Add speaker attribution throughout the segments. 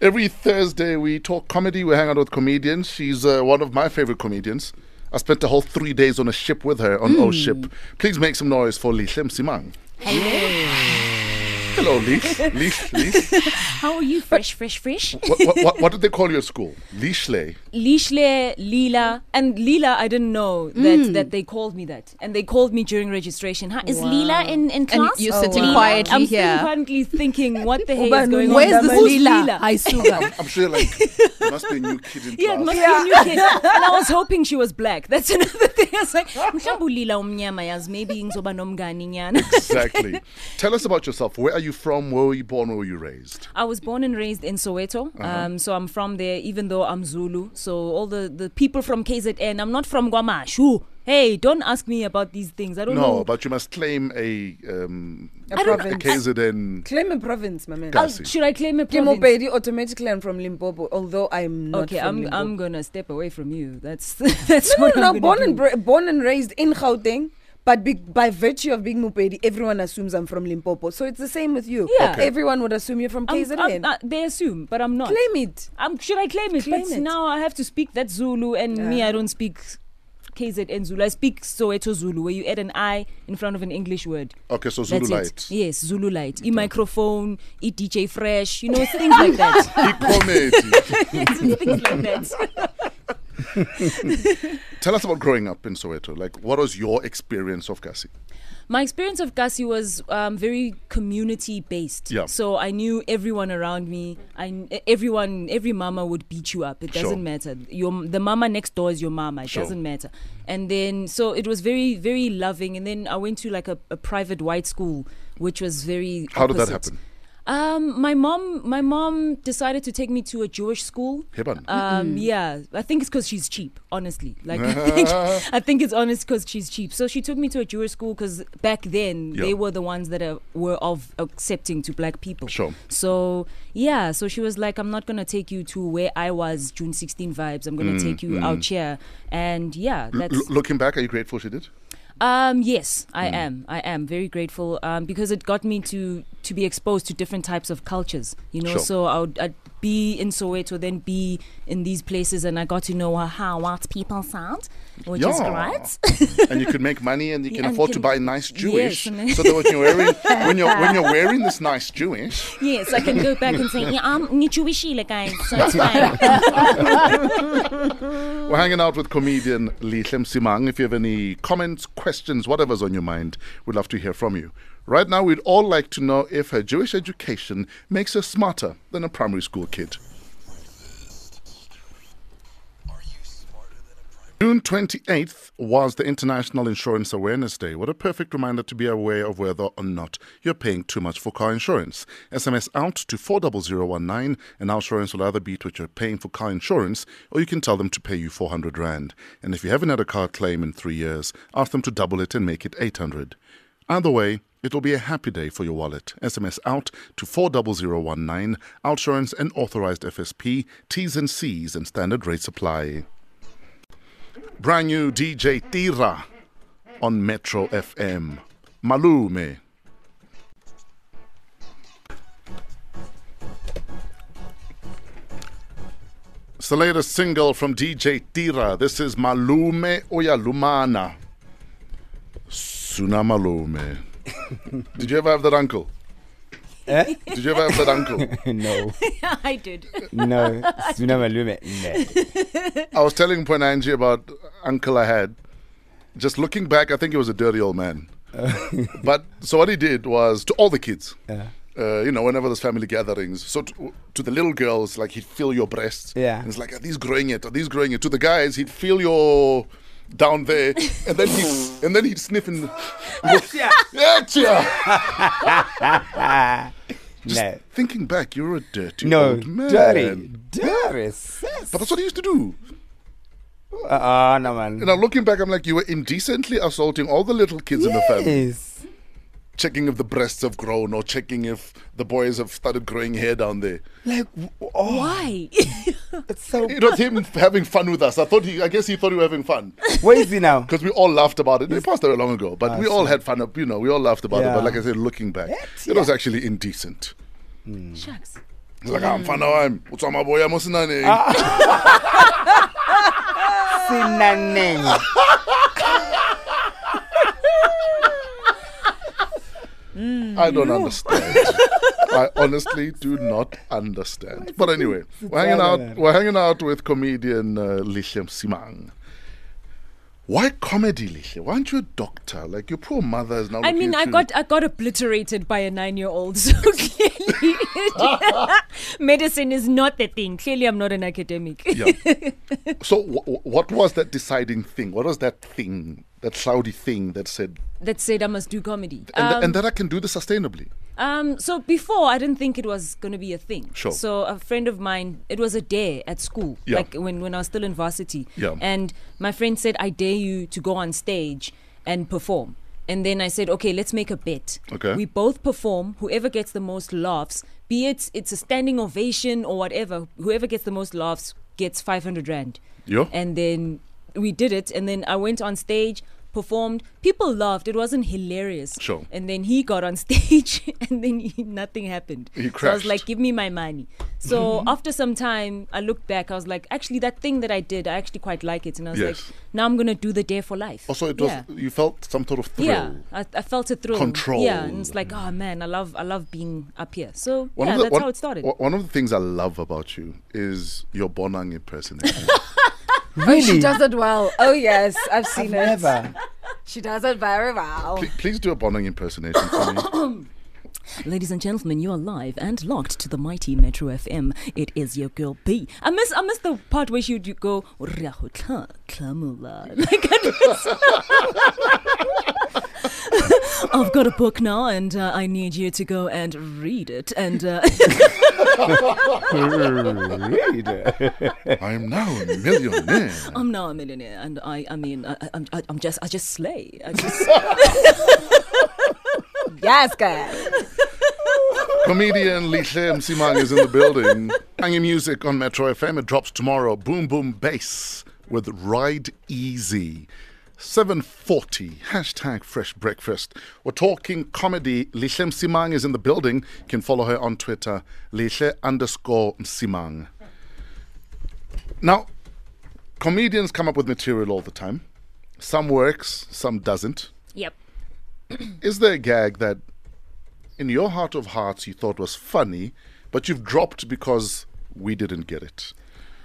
Speaker 1: Every Thursday, we talk comedy. We hang out with comedians. She's uh, one of my favorite comedians. I spent the whole three days on a ship with her on
Speaker 2: Hmm.
Speaker 1: our ship. Please make some noise for Lee Lim Simang. Hello, Leash. Leash, Leash.
Speaker 2: How are you? Fresh, fresh, fresh.
Speaker 1: What, what, what, what did they call you at school? Leashley.
Speaker 2: Lishle, Lila, and Lila. I didn't know that that they called me that, and they called me during registration. Huh? Is Lila in in
Speaker 3: And
Speaker 2: class?
Speaker 3: you're sitting
Speaker 2: Lila?
Speaker 3: quietly
Speaker 2: I'm
Speaker 3: here.
Speaker 2: sitting quietly thinking, what the hell is
Speaker 4: Ubani,
Speaker 2: going on?
Speaker 4: where's this
Speaker 2: Who's
Speaker 4: Lila? I sugar.
Speaker 1: I'm sure, like, there must be a new kid in
Speaker 2: Yeah,
Speaker 1: class.
Speaker 2: it must be a new kid. And I was hoping she was black. That's another thing. I was like, mhlawumbe ulila umnyama yazi maybe ngizoba nomngani nyana.
Speaker 1: Exactly. Tell us about yourself. Where are you from? Where were you born? Where were you raised?
Speaker 2: I was born and raised in Soweto,
Speaker 1: Uh-huh.
Speaker 2: um, so I'm from there. Even though I'm Zulu, so all the, the people from KZN, I'm not from Guamashu. Hey, don't ask me about these things. I don't
Speaker 1: No,
Speaker 2: know.
Speaker 1: but you must claim a, um,
Speaker 4: A I don't-
Speaker 1: a KZN.
Speaker 4: Claim a province, my man.
Speaker 1: Guys,
Speaker 2: I'll-
Speaker 1: Kasi.
Speaker 2: should I claim a
Speaker 4: Kim
Speaker 2: province?
Speaker 4: Obedi, automatically I'm from Limpopo, although I'm not
Speaker 2: Okay,
Speaker 4: from
Speaker 2: I'm
Speaker 4: Limpopo.
Speaker 2: I'm gonna step away from you. That's that's
Speaker 4: No,
Speaker 2: what
Speaker 4: no,
Speaker 2: I'm gonna
Speaker 4: no. Born
Speaker 2: do.
Speaker 4: and bra- born and raised in Gauteng, but be- by virtue of being Mupedi, everyone assumes I'm from Limpopo. So it's the same with you.
Speaker 2: Yeah. Okay.
Speaker 4: Everyone would assume you're from
Speaker 2: I'm,
Speaker 4: KZN.
Speaker 2: I'm, uh, they assume, but I'm not.
Speaker 4: Claim it.
Speaker 2: Um, should I claim it?
Speaker 4: Claim
Speaker 2: but
Speaker 4: it.
Speaker 2: now I have to speak that Zulu, and me,
Speaker 4: Yeah.
Speaker 2: I don't speak KZN Zulu. I speak Soweto Zulu, where you add an I in front of an English word.
Speaker 1: Okay, so Zulu
Speaker 2: That's
Speaker 1: Light.
Speaker 2: it. Yes, Zulu Light. E microphone, e DJ Fresh, you know, things like that.
Speaker 1: Comedy.
Speaker 2: Yes, things like that.
Speaker 1: Tell us about growing up in Soweto. Like, what was your experience of Kasi?
Speaker 2: My experience of Kasi was um, very community based.
Speaker 1: Yeah.
Speaker 2: So I knew everyone around me. I kn- e-, everyone every mama would beat you up. It
Speaker 1: Sure.
Speaker 2: doesn't matter. Your the mama next door is your mama. It
Speaker 1: Sure.
Speaker 2: doesn't matter. And then so it was very very loving. And then I went to like a, a private white school, which was very.
Speaker 1: How did that
Speaker 2: opposite.
Speaker 1: happen?
Speaker 2: Um, my mom my mom decided to take me to a Jewish school.
Speaker 1: Heban.
Speaker 2: Um, yeah, I think it's because she's cheap. Honestly, like I think, I think it's honest because she's cheap. So she took me to a Jewish school because back then
Speaker 1: Yeah.
Speaker 2: they were the ones that are, were of accepting to black people.
Speaker 1: Sure.
Speaker 2: So yeah, so she was like, "I'm not gonna take you to where I was June 16 vibes. I'm gonna take you out here." And yeah,
Speaker 1: Mm, L-
Speaker 2: that's
Speaker 1: looking back, are you grateful she did?
Speaker 2: um, yes,
Speaker 1: Mm.
Speaker 2: I am. I am very grateful um, because it got me to to be exposed to different types of cultures. You know,
Speaker 1: Sure.
Speaker 2: so I would I'd be in Soweto, then be in these places, and I got to know how white people sound, which is great.
Speaker 1: and you could make money and you can
Speaker 2: and
Speaker 1: afford to
Speaker 2: can-
Speaker 1: buy nice
Speaker 2: Yes,
Speaker 1: Jewish.
Speaker 2: and then-
Speaker 1: so that when you're wearing when you're when you're wearing this nice Jewish,
Speaker 2: yes, I can go back and say, yeah, I'm Nichuishila, guys. So it's fine.
Speaker 1: we're hanging out with comedian Lee Hlem Simang. If you have any comments, questions, whatever's on your mind, we'd love to hear from you. Right now, we'd all like to know if her Jewish education makes her smarter than a primary school kid. June 28th was the International Insurance Awareness Day. What a perfect reminder to be aware of whether or not you're paying too much for car insurance. SMS out to 40019 and our insurance will either beat what you're paying for car insurance or you can tell them to pay you 400 Rand. And if you haven't had a car claim in three years, ask them to double it and make it 800. Either way, it'll be a happy day for your wallet. SMS out to 40019, Outsurance and authorized FSP, T's and C's and standard rate supply brand new DJ Tira on Metro FM. Malume. It's the latest single from DJ Tira. This is Malume Oya Lumana. Suna Malume. Did you ever have that uncle?
Speaker 5: Eh?
Speaker 1: Did you ever have that uncle?
Speaker 5: no,
Speaker 2: I did.
Speaker 5: no, Suna Malume. Nah.
Speaker 1: I was telling Poinanji about uncle I had. Just looking back, I think he was a dirty old man. but so what he did was to all the kids,
Speaker 5: Yeah.
Speaker 1: uh, you know, whenever there's family gatherings. So to, to the little girls, like he'd feel your breasts.
Speaker 5: Yeah.
Speaker 1: And it's like, are these growing yet? Are these growing yet? To the guys, he'd feel your down there, and then he and then he'd sniff and yeah, yeah.
Speaker 5: No.
Speaker 1: Thinking back, you're a dirty
Speaker 5: No,
Speaker 1: old man.
Speaker 5: dirty, dirty, sis.
Speaker 1: But that's what he used to do.
Speaker 5: Ah, no man.
Speaker 1: And now looking back, I'm like, you were indecently assaulting all the little kids in the family.
Speaker 5: Yes.
Speaker 1: checking if the breasts have grown or checking if the boys have started growing hair down there.
Speaker 5: Like, w- oh,
Speaker 2: Why?
Speaker 5: it's so.
Speaker 1: It was him having fun with us. I thought he, I guess he thought we were having fun
Speaker 5: Where is he now?
Speaker 1: because we all laughed about it. It passed away long ago, but we all had fun. Up, you know, we all laughed about it. But
Speaker 5: Yeah.
Speaker 1: like I said, looking back, it was actually indecent.
Speaker 2: Shucks.
Speaker 1: It's like, ah, mfana wami, utswa maboya mo sinaneng."
Speaker 5: Ah, Sinaneng.
Speaker 1: I don't understand. I honestly do not understand. But anyway, we're hanging out.
Speaker 5: Thailand.
Speaker 1: We're hanging out with comedian uh, Lichem Simang. Why comedy, Lichem? Why aren't you a doctor? Like your poor mother is now.
Speaker 2: I mean,
Speaker 1: looking
Speaker 2: I
Speaker 1: to-
Speaker 2: got I got obliterated by a nine-year-old. So clearly, medicine is not the thing. Clearly, I'm not an academic.
Speaker 1: Yeah. so, w- what was that deciding thing? What was that thing, that cloudy thing that said,
Speaker 2: that said, I must do comedy.
Speaker 1: and, th-
Speaker 2: Um,
Speaker 1: and that I can do this sustainably?
Speaker 2: Um, so before I didn't think it was going to be a thing.
Speaker 1: Sure.
Speaker 2: So a friend of mine, it was a dare at school,
Speaker 1: Yeah.
Speaker 2: like when when I was still in varsity.
Speaker 1: Yeah.
Speaker 2: And my friend said, "I dare you to go on stage and perform." And then I said, "Okay, let's make a bet.
Speaker 1: Okay.
Speaker 2: We both perform. Whoever gets the most laughs, be it it's a standing ovation or whatever, whoever gets the most laughs gets 500 rand."
Speaker 1: Yeah.
Speaker 2: and then we did it and then i went on stage performed people laughed it wasn't hilarious
Speaker 1: Sure.
Speaker 2: and then he got on stage and then he, nothing happened
Speaker 1: He
Speaker 2: so i was
Speaker 1: crashed. Mm-hmm.
Speaker 2: like give me my money so after some time i looked back i was like actually that thing that i did i actually quite like it and i was
Speaker 1: Yes.
Speaker 2: like now i'm gonna do the dare for life
Speaker 1: Also, Oh, it was
Speaker 2: yeah.
Speaker 1: you felt some sort of thrill.
Speaker 2: Yeah, I, I felt a thrill.
Speaker 1: Control.
Speaker 2: Yeah, and it's like, oh man, I love, I love being up here. So
Speaker 1: One
Speaker 2: yeah,
Speaker 1: of the,
Speaker 2: that's
Speaker 1: one,
Speaker 2: how it started.
Speaker 1: o- One of the things I love about you is your Bonang impersonation.
Speaker 4: Oh, she
Speaker 5: Really?
Speaker 4: does it well. Oh yes, I've seen it.
Speaker 5: Never.
Speaker 4: She does it very well.
Speaker 1: please, please do a Bonang impersonation for me.
Speaker 2: Ladies and gentlemen, you are live and locked to the mighty Metro FM. It is your girl B. I miss I miss the part where she would go "Ria ho tla, tla mola." like I have got a book now and uh, I need you to go and read it and uh,
Speaker 5: Read.
Speaker 1: I am now a millionaire.
Speaker 2: I'm now a millionaire and I I mean I, I- I'm I, I'm just I just slay. I just
Speaker 4: Yes, guys.
Speaker 1: Comedian Lihle Msimang is in the building. Hanging music on Metro FM. It drops tomorrow. Boom Boom Bass with Ride Easy. 740 hashtag fresh breakfast. We're talking comedy. Lihle Msimang is in the building. You can follow her on Twitter. Lihle underscore Msimang. Now, comedians come up with material all the time. Some works, some doesn't.
Speaker 2: yep.
Speaker 1: Is there a gag that in your heart of hearts you thought was funny, but you've dropped because we didn't get it?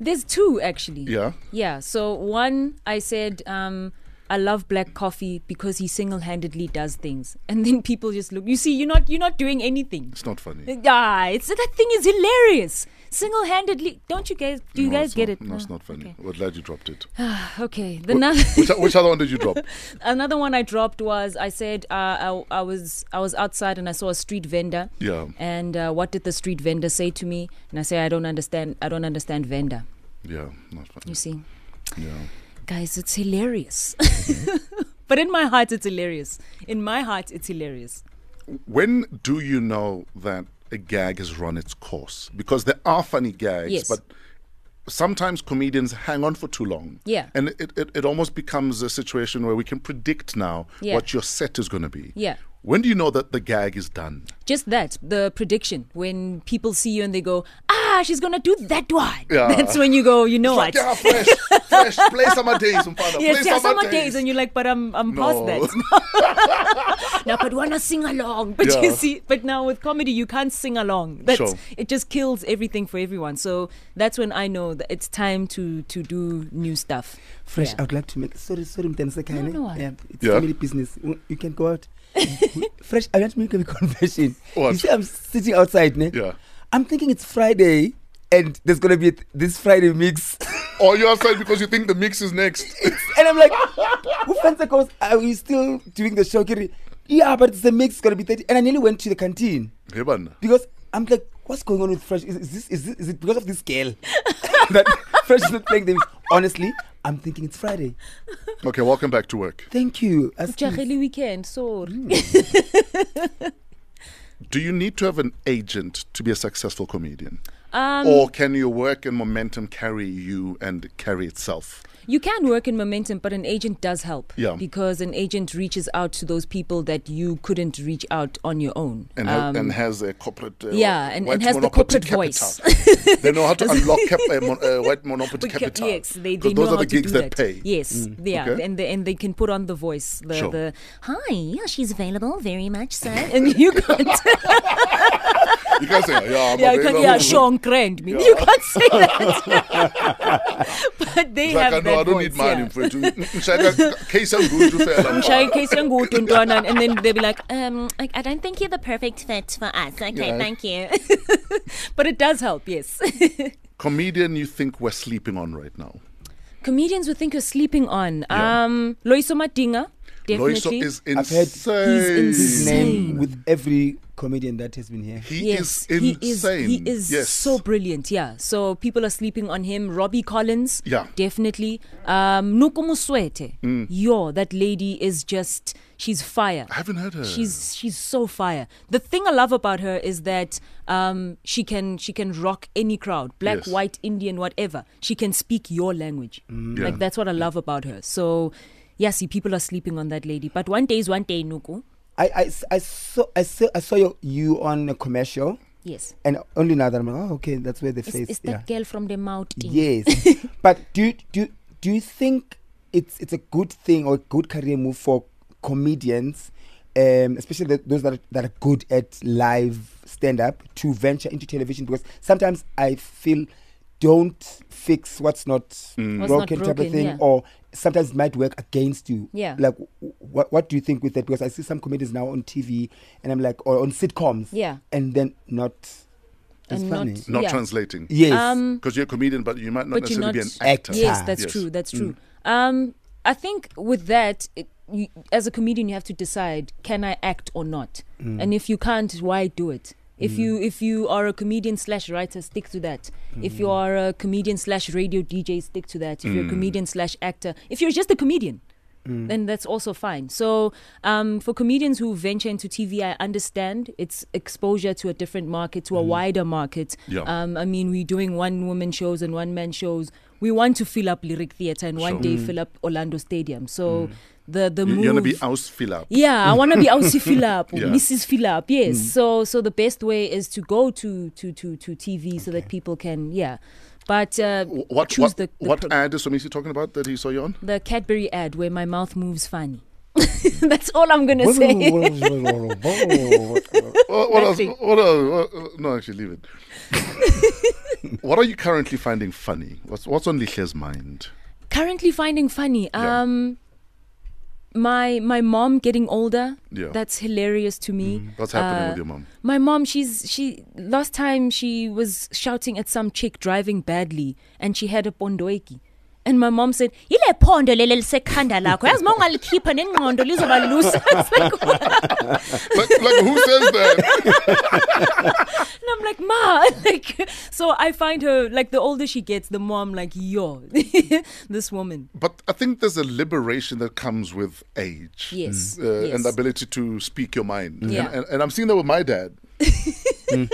Speaker 2: There's two actually.
Speaker 1: Yeah.
Speaker 2: Yeah. So one, I said, um, I love black coffee because he single-handedly does things, and then people just look. You see, you're not you're not doing anything.
Speaker 1: It's not funny.
Speaker 2: Ah, it's that thing is hilarious. Single-handedly, don't you guys? Do you
Speaker 1: No,
Speaker 2: guys
Speaker 1: it's
Speaker 2: get
Speaker 1: not-
Speaker 2: it?
Speaker 1: No, it's
Speaker 2: Oh,
Speaker 1: not funny.
Speaker 2: Okay.
Speaker 1: We're glad you dropped it.
Speaker 2: okay. The na-
Speaker 1: which, which other one did you drop?
Speaker 2: another one I dropped was I said uh, I, I was I was outside and I saw a street vendor.
Speaker 1: Yeah.
Speaker 2: And uh, what did the street vendor say to me? And I say I don't understand. I don't understand vendor.
Speaker 1: Yeah, not funny.
Speaker 2: You see.
Speaker 1: Yeah. Mm-hmm.
Speaker 2: guys it's hilarious but in my heart it's hilarious in my heart it's hilarious
Speaker 1: When do you know that a gag has run its course? Because there are funny gags,
Speaker 2: Yes.
Speaker 1: but sometimes comedians hang on for too long.
Speaker 2: Yeah.
Speaker 1: And it, it, it almost becomes a situation where we can predict now
Speaker 2: Yeah.
Speaker 1: what your set is going to be.
Speaker 2: Yeah.
Speaker 1: When do you know that the gag is done?
Speaker 2: just that the prediction when people see you and they go ah she's gonna do that one
Speaker 1: Yeah.
Speaker 2: that's when you go you know
Speaker 1: Fuck
Speaker 2: what
Speaker 1: yeah, fresh, fresh. Play summer days, umfana.
Speaker 2: Yes,
Speaker 1: play
Speaker 2: yeah, summer days, and you're like, but I'm I'm past
Speaker 1: No.
Speaker 2: that. now, but wanna sing along, but you
Speaker 1: Yeah.
Speaker 2: see, but now with comedy you can't sing along. That's
Speaker 1: Sure.
Speaker 2: it just kills everything for everyone. So that's when I know that it's time to to do new stuff.
Speaker 5: Fresh.
Speaker 2: Yeah.
Speaker 5: I would like to make. Sorry, sorry, Mtanse Kane.
Speaker 2: no, I-
Speaker 5: yeah, it's
Speaker 1: Yeah.
Speaker 5: family business. W- You can go out. Fresh. I want to make a confession.
Speaker 1: What?
Speaker 5: You see, I'm sitting outside. Ne?
Speaker 1: Yeah.
Speaker 5: I'm thinking it's Friday, and there's gonna be th- this Friday mix,
Speaker 1: Or you're outside because you think the mix is next.
Speaker 5: and I'm like, who fancy goes? Are we still doing the show? Kiri?" Yeah, but it's the mix. It's gonna be thirty. And I nearly went to the canteen.
Speaker 1: Hey, man.
Speaker 5: because I'm like, what's going on with Fresh? Is, is this is this, is it because of this girl that Fresh is not playing them? Honestly, I'm thinking it's Friday.
Speaker 1: Okay, welcome back to work.
Speaker 5: Thank
Speaker 1: Mm.
Speaker 5: you. As kids.
Speaker 2: Ujaheli weekend, so
Speaker 1: Do you need to have an agent to be a successful comedian?
Speaker 2: Um,
Speaker 1: or can your work and momentum carry you and carry itself?
Speaker 2: You can work in momentum, but an agent does help.
Speaker 1: Yeah.
Speaker 2: Because an agent reaches out to those people that you couldn't reach out on your own. Um,
Speaker 1: And, ha- and has a corporate uh,
Speaker 2: yeah, and-
Speaker 1: white
Speaker 2: and has the
Speaker 1: monopoly
Speaker 2: corporate
Speaker 1: capital.
Speaker 2: voice.
Speaker 1: they know how to unlock cap- uh, mon- uh, white monopoly
Speaker 2: We ca-
Speaker 1: capital.
Speaker 2: yes, they,
Speaker 1: 'Cause
Speaker 2: they know
Speaker 1: those are
Speaker 2: how
Speaker 1: the
Speaker 2: to
Speaker 1: gigs
Speaker 2: do
Speaker 1: that, pay. Mm.
Speaker 2: Yes, yeah,
Speaker 1: Okay.
Speaker 2: and they, and they can put on the voice. The,
Speaker 1: Sure.
Speaker 2: the hi, yeah, she's available very much, sir. and you can't,
Speaker 1: Oh, You can say, yeah, I'm
Speaker 2: yeah, you can't,
Speaker 1: available.
Speaker 2: yeah, Sean Grand. me. You can't say that. but they
Speaker 1: It's like,
Speaker 2: have
Speaker 1: I
Speaker 2: that
Speaker 1: know, I don't
Speaker 2: voice,
Speaker 1: need mine
Speaker 2: yeah.
Speaker 1: in front of Mm, Mshaka, case I'm good to fail. I'm
Speaker 2: Shai Casey and Gutu and Dwana, and then they'll be like, um, I, I don't think you're the perfect fit for us. Okay,
Speaker 1: Yeah.
Speaker 2: thank you. but it does help, yes.
Speaker 1: Comedian you think we're sleeping on right now?
Speaker 2: Comedians would think you're sleeping on.
Speaker 1: Yeah.
Speaker 2: Um, Loiso Matinga,
Speaker 1: Loiso
Speaker 2: definitely.
Speaker 1: is
Speaker 5: I've heard he's
Speaker 1: insane.
Speaker 5: His
Speaker 2: insane.
Speaker 5: name with every comedian that has been here.
Speaker 1: He
Speaker 2: yes,
Speaker 1: is insane.
Speaker 2: he is. He is
Speaker 1: yes.
Speaker 2: so brilliant. Yeah. So people are sleeping on him. Robbie Collins.
Speaker 1: Yeah. Mm.
Speaker 2: Definitely. Um, Nukumuswete. Yo, that lady is just. She's fire.
Speaker 1: I haven't heard her.
Speaker 2: She's she's so fire. The thing I love about her is that um, she can she can rock any crowd, black,
Speaker 1: Yes.
Speaker 2: white, Indian, whatever. She can speak your language.
Speaker 1: Mm. Yeah.
Speaker 2: Like that's what I love about her. So, yeah, see, people are sleeping on that lady, but one day is one day, Nuku.
Speaker 5: I, I, s- I saw I saw, I saw your, you on a commercial,
Speaker 2: Yes,
Speaker 5: and only now that I'm like, oh, okay, that's where the
Speaker 2: it's,
Speaker 5: face.
Speaker 2: it's
Speaker 5: yeah.
Speaker 2: that girl from the mountain.
Speaker 5: Yes, but do you- do you- do you think it's it's a good thing or a good career move for comedians, um, especially the, those that are, that are good at live stand up, to venture into television? Because sometimes I feel don't fix what's not
Speaker 2: What's not
Speaker 5: broken type
Speaker 2: broken,
Speaker 5: of thing,
Speaker 2: yeah.
Speaker 5: or sometimes it might work against you.
Speaker 2: Yeah.
Speaker 5: Like, what what do you think with that? Because I see some comedians now on TV, and I'm like, or on sitcoms.
Speaker 2: Yeah.
Speaker 5: And then not. It's
Speaker 2: And
Speaker 5: funny.
Speaker 2: not-
Speaker 1: not
Speaker 2: yeah.
Speaker 1: translating.
Speaker 5: yes.
Speaker 2: Um,
Speaker 1: Because you're a comedian, but you might not
Speaker 2: but you're
Speaker 1: necessarily be an
Speaker 2: not-
Speaker 1: actor.
Speaker 5: Yeah.
Speaker 2: Yes, that's
Speaker 1: Yes. Mm.
Speaker 2: true. That's true. Um, I think with that, it, you, as a comedian, you have to decide: can I act or not? And if you can't, why do it? If you if you are a comedian slash writer, stick to that. If you are a comedian slash radio DJ, stick to that. If
Speaker 1: Mm.
Speaker 2: you're a comedian slash actor, if you're just a comedian, then that's also fine. So, um, for comedians who venture into TV, I understand it's exposure to a different market, to a wider market.
Speaker 1: Mm-hmm. Yeah.
Speaker 2: Um, I mean, we're doing one woman shows and one man shows. We want to fill up Lyric Theatre and one
Speaker 1: Sure. Mm.
Speaker 2: day fill up Orlando Stadium. So, the the
Speaker 1: You-
Speaker 2: move.
Speaker 1: You're going to be house filler.
Speaker 2: Yeah, I want to be Aussie Philip or
Speaker 1: Yeah. Mm.
Speaker 2: Mrs. Philip. Yes. So so the best way is to go to to to to TV so that people can yeah. But uh,
Speaker 1: Wh- What,
Speaker 2: choose
Speaker 1: what,
Speaker 2: the the,
Speaker 1: what
Speaker 2: pro-
Speaker 1: ad is Somisi talking about that he saw you on?
Speaker 2: the Cadbury ad where my mouth moves funny. That's all I'm gonna say.
Speaker 5: Say.
Speaker 1: What, what else?
Speaker 2: Nothing.
Speaker 1: What else? what- uh, no, actually, leave it. what are you currently finding funny? What's, what's on Lihle's mind?
Speaker 2: Currently finding funny.
Speaker 1: Yeah.
Speaker 2: Um, my my mom getting older.
Speaker 1: Yeah. Mm.
Speaker 2: That's hilarious to me.
Speaker 1: What's happening
Speaker 2: Uh,
Speaker 1: with your mom?
Speaker 2: My mom, she's she last time she was shouting at some chick driving badly and she had a pondoeki. And my mom said, "Ile pondo lele lisekhanda lakho. Yazi mawungalikhipha nengqondo lizoba lusa." I was like,
Speaker 1: Uh, like, like, who says that?
Speaker 2: And I'm like, Ma, like, so I find her, like, the older she gets, the more I'm like, yo, this woman.
Speaker 1: But I think there's a liberation that comes with age.
Speaker 2: Yes,
Speaker 1: Uh, And
Speaker 2: yes.
Speaker 1: the ability to speak your mind.
Speaker 2: Yeah.
Speaker 1: And, and, and I'm seeing that with my dad. Uh,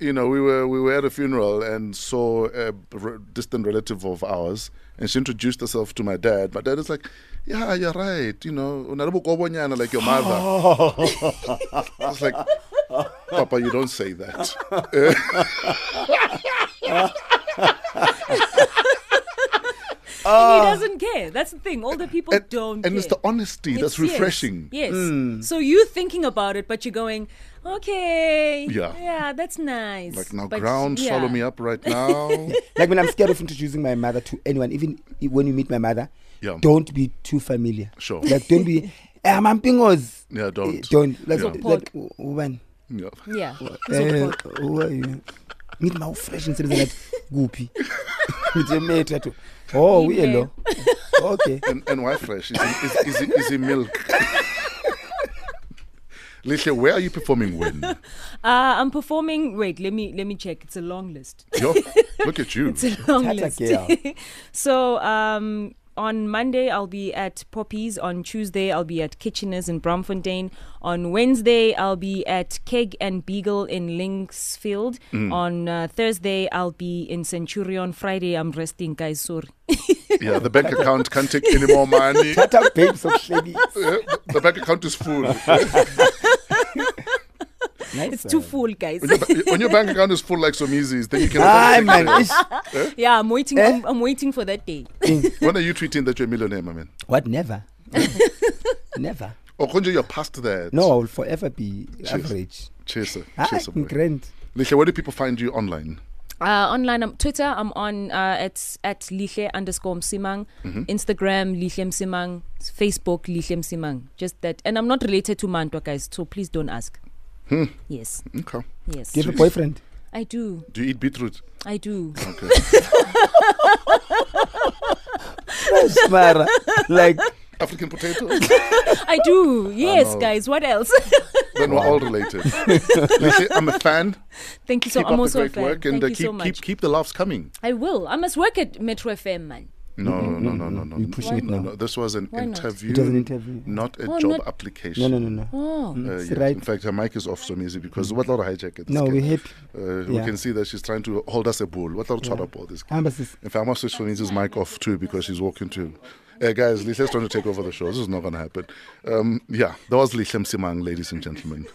Speaker 1: you know, we were we were at a funeral and saw a r- distant relative of ours, and she introduced herself to my dad. My dad is like, "Yeah, you're right. You know, unaribu kobonyana like your mother." I was like, "Papa, you don't say that."
Speaker 2: And he doesn't care. That's the thing. Older people
Speaker 1: Ah. and
Speaker 2: don't
Speaker 1: and
Speaker 2: care.
Speaker 1: it's the honesty that's
Speaker 2: It's- yes,
Speaker 1: refreshing. Hmm.
Speaker 2: Yes. So you thinking about it, but you're going, okay.
Speaker 1: Yeah.
Speaker 2: Yeah, that's nice.
Speaker 1: Like now,
Speaker 2: But
Speaker 1: ground,
Speaker 2: yeah.
Speaker 1: swallow me up right now.
Speaker 5: like when I'm scared of introducing my mother to anyone, even i- when you meet my mother,
Speaker 1: Yeah.
Speaker 5: don't be too familiar.
Speaker 1: Sure.
Speaker 5: Like don't be. Eh, I'm Pingos.
Speaker 1: Yeah, don't.
Speaker 5: Don't. Like,
Speaker 1: Yeah.
Speaker 5: like,
Speaker 2: Support.
Speaker 5: w- when.
Speaker 1: Yeah.
Speaker 2: Yeah.
Speaker 5: Eh,
Speaker 2: Support.
Speaker 5: who are you? Meet my fresh instead of that goopy. With your mate, right? Oh, we hello. Okay.
Speaker 1: and, and why fresh? Is it, is, is it, is it milk? Lihle, where are you performing when?
Speaker 2: Uh, I'm performing. Wait, let me let me check. It's a long list.
Speaker 1: Yo, look at you.
Speaker 2: It's a long
Speaker 5: Tata
Speaker 2: list.
Speaker 5: Kea.
Speaker 2: so um, on Monday, I'll be at Poppies. On Tuesday, I'll be at Kitcheners in Bromfontein. On Wednesday, I'll be at Keg and Beagle in Linksfield.
Speaker 1: Hmm.
Speaker 2: On uh, Thursday, I'll be in Centurion. Friday, I'm resting, guys. Sorry.
Speaker 1: Yeah, the bank account can't take any more money.
Speaker 5: Shut up, babe. So shady.
Speaker 1: Yeah, the bank account is full.
Speaker 5: Nice,
Speaker 2: It's too
Speaker 5: uh,
Speaker 2: full, guys.
Speaker 1: When your, ba- when your bank account is full like Somizi's, then you can.
Speaker 5: Hi, Ah, man. Ish.
Speaker 2: yeah, I'm waiting.
Speaker 5: Eh?
Speaker 2: I'm, I'm waiting for that day.
Speaker 1: When are you tweeting that you're a millionaire, my man?
Speaker 5: What? Never. Never.
Speaker 1: Or Konjo, you're past that.
Speaker 5: No, I will forever be average.
Speaker 1: Chaser.
Speaker 5: Ah,
Speaker 1: Chaser boy.
Speaker 5: grand.
Speaker 1: Lihle, where do people find you online?
Speaker 2: Uh, online, I'm Twitter. I'm on uh, at at Lihle underscore Msimang.
Speaker 1: Mm-hmm.
Speaker 2: Instagram Lihle Msimang. Facebook Lihle Msimang. Just that, and I'm not related to Mantwa, guys. So please don't ask.
Speaker 1: Hmm.
Speaker 2: Yes,
Speaker 1: Okay.
Speaker 2: yes,
Speaker 5: Do you have a boyfriend?
Speaker 2: I do,
Speaker 1: Do you eat beetroot?
Speaker 2: I do.
Speaker 1: Okay.
Speaker 5: Smara. Like,
Speaker 1: African potato?
Speaker 2: I do. Yes,
Speaker 1: no.
Speaker 2: guys. What else?
Speaker 1: Then we're all related. Lihle, I'm a fan.
Speaker 2: Thank you so.
Speaker 1: keep
Speaker 2: I'm
Speaker 1: up
Speaker 2: also
Speaker 1: the
Speaker 2: a
Speaker 1: great
Speaker 2: fan.
Speaker 1: work
Speaker 2: Thank
Speaker 1: and uh,
Speaker 2: you
Speaker 1: keep,
Speaker 2: so much.
Speaker 1: keep keep the laughs coming.
Speaker 2: I will. I must work at Metro FM, man.
Speaker 1: No, no, no, no, no.
Speaker 5: Mm-hmm, You pushing it
Speaker 1: no,
Speaker 5: now.
Speaker 1: no. This was an
Speaker 2: Why not?
Speaker 1: interview,
Speaker 5: It was an interview.
Speaker 1: not a
Speaker 2: Well,
Speaker 1: job
Speaker 2: not-
Speaker 1: application.
Speaker 5: No, no, no, no.
Speaker 2: Oh,
Speaker 1: Mm. Uh,
Speaker 5: It's
Speaker 1: yes.
Speaker 5: right. Mm.
Speaker 1: In fact, her mic is off so easy because what lot of hijacker this
Speaker 5: No,
Speaker 1: kid.
Speaker 5: we're happy.
Speaker 1: Uh, We
Speaker 5: Yeah.
Speaker 1: can see that she's trying to hold us a bull. What lot of
Speaker 5: Yeah.
Speaker 1: yeah. ball this kid.
Speaker 5: Hamba sis.
Speaker 1: In fact, I must switch Sonisa's mic off too because she's walking too. Uh, guys, Lisa's trying to take over the show. This is not going to happen. Um, yeah, that was Lisha Msimang, ladies and gentlemen.